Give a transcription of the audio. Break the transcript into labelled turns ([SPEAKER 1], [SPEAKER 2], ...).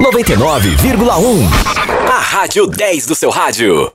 [SPEAKER 1] 99,1. A Rádio 10 do seu rádio.